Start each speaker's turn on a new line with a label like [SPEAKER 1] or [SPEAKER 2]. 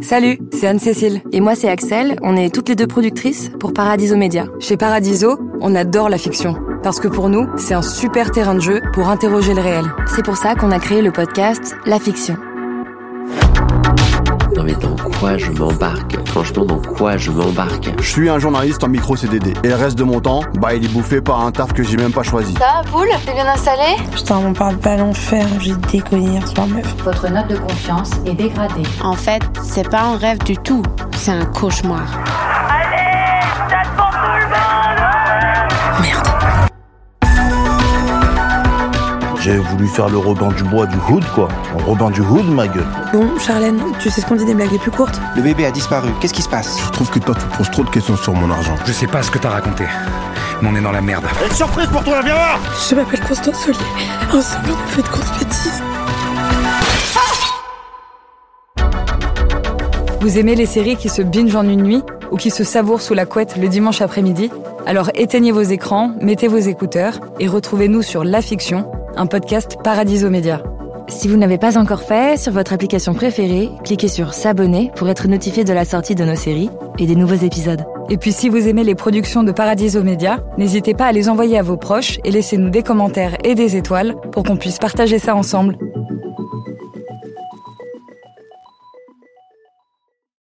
[SPEAKER 1] Salut, c'est Anne-Cécile.
[SPEAKER 2] Et moi, c'est Axel. On est toutes les deux productrices pour Paradiso Média.
[SPEAKER 1] Chez Paradiso, on adore la fiction. Parce que pour nous, c'est un super terrain de jeu pour interroger le réel.
[SPEAKER 2] C'est pour ça qu'on a créé le podcast La Fiction.
[SPEAKER 3] Non mais dans quoi je m'embarque Franchement, dans quoi je m'embarque
[SPEAKER 4] Je suis un journaliste en micro CDD et le reste de mon temps, bah il est bouffé par un taf que j'ai même pas choisi.
[SPEAKER 5] Ça va, boule T'es bien installé
[SPEAKER 6] Putain, on parle pas l'enfer, j'ai déconné hier soir, meuf.
[SPEAKER 7] Votre note de confiance est dégradée.
[SPEAKER 8] En fait, c'est pas un rêve du tout, c'est un cauchemar.
[SPEAKER 9] Allez, ça te prend tout le monde
[SPEAKER 2] Merde.
[SPEAKER 10] J'ai voulu faire le Robin du bois du hood, quoi. Un Robin du hood, ma gueule.
[SPEAKER 6] Bon, Charlène, tu sais ce qu'on dit des blagues les plus courtes
[SPEAKER 11] Le bébé a disparu. Qu'est-ce qui se passe
[SPEAKER 4] Je trouve que toi, tu poses trop de questions sur mon argent.
[SPEAKER 12] Je sais pas ce que t'as raconté, mais on est dans la merde.
[SPEAKER 13] Une surprise pour toi, viens voir
[SPEAKER 6] Je m'appelle Constance Solier. Ensemble, on fait de grosses bêtises.
[SPEAKER 1] Vous aimez les séries qui se binge en une nuit ou qui se savourent sous la couette le dimanche après-midi Alors éteignez vos écrans, mettez vos écouteurs et retrouvez-nous sur La Fiction, un podcast Paradiso Média.
[SPEAKER 2] Si vous n'avez pas encore fait, sur votre application préférée, cliquez sur S'abonner pour être notifié de la sortie de nos séries et des nouveaux épisodes.
[SPEAKER 1] Et puis si vous aimez les productions de Paradiso Média, n'hésitez pas à les envoyer à vos proches et laissez-nous des commentaires et des étoiles pour qu'on puisse partager ça ensemble.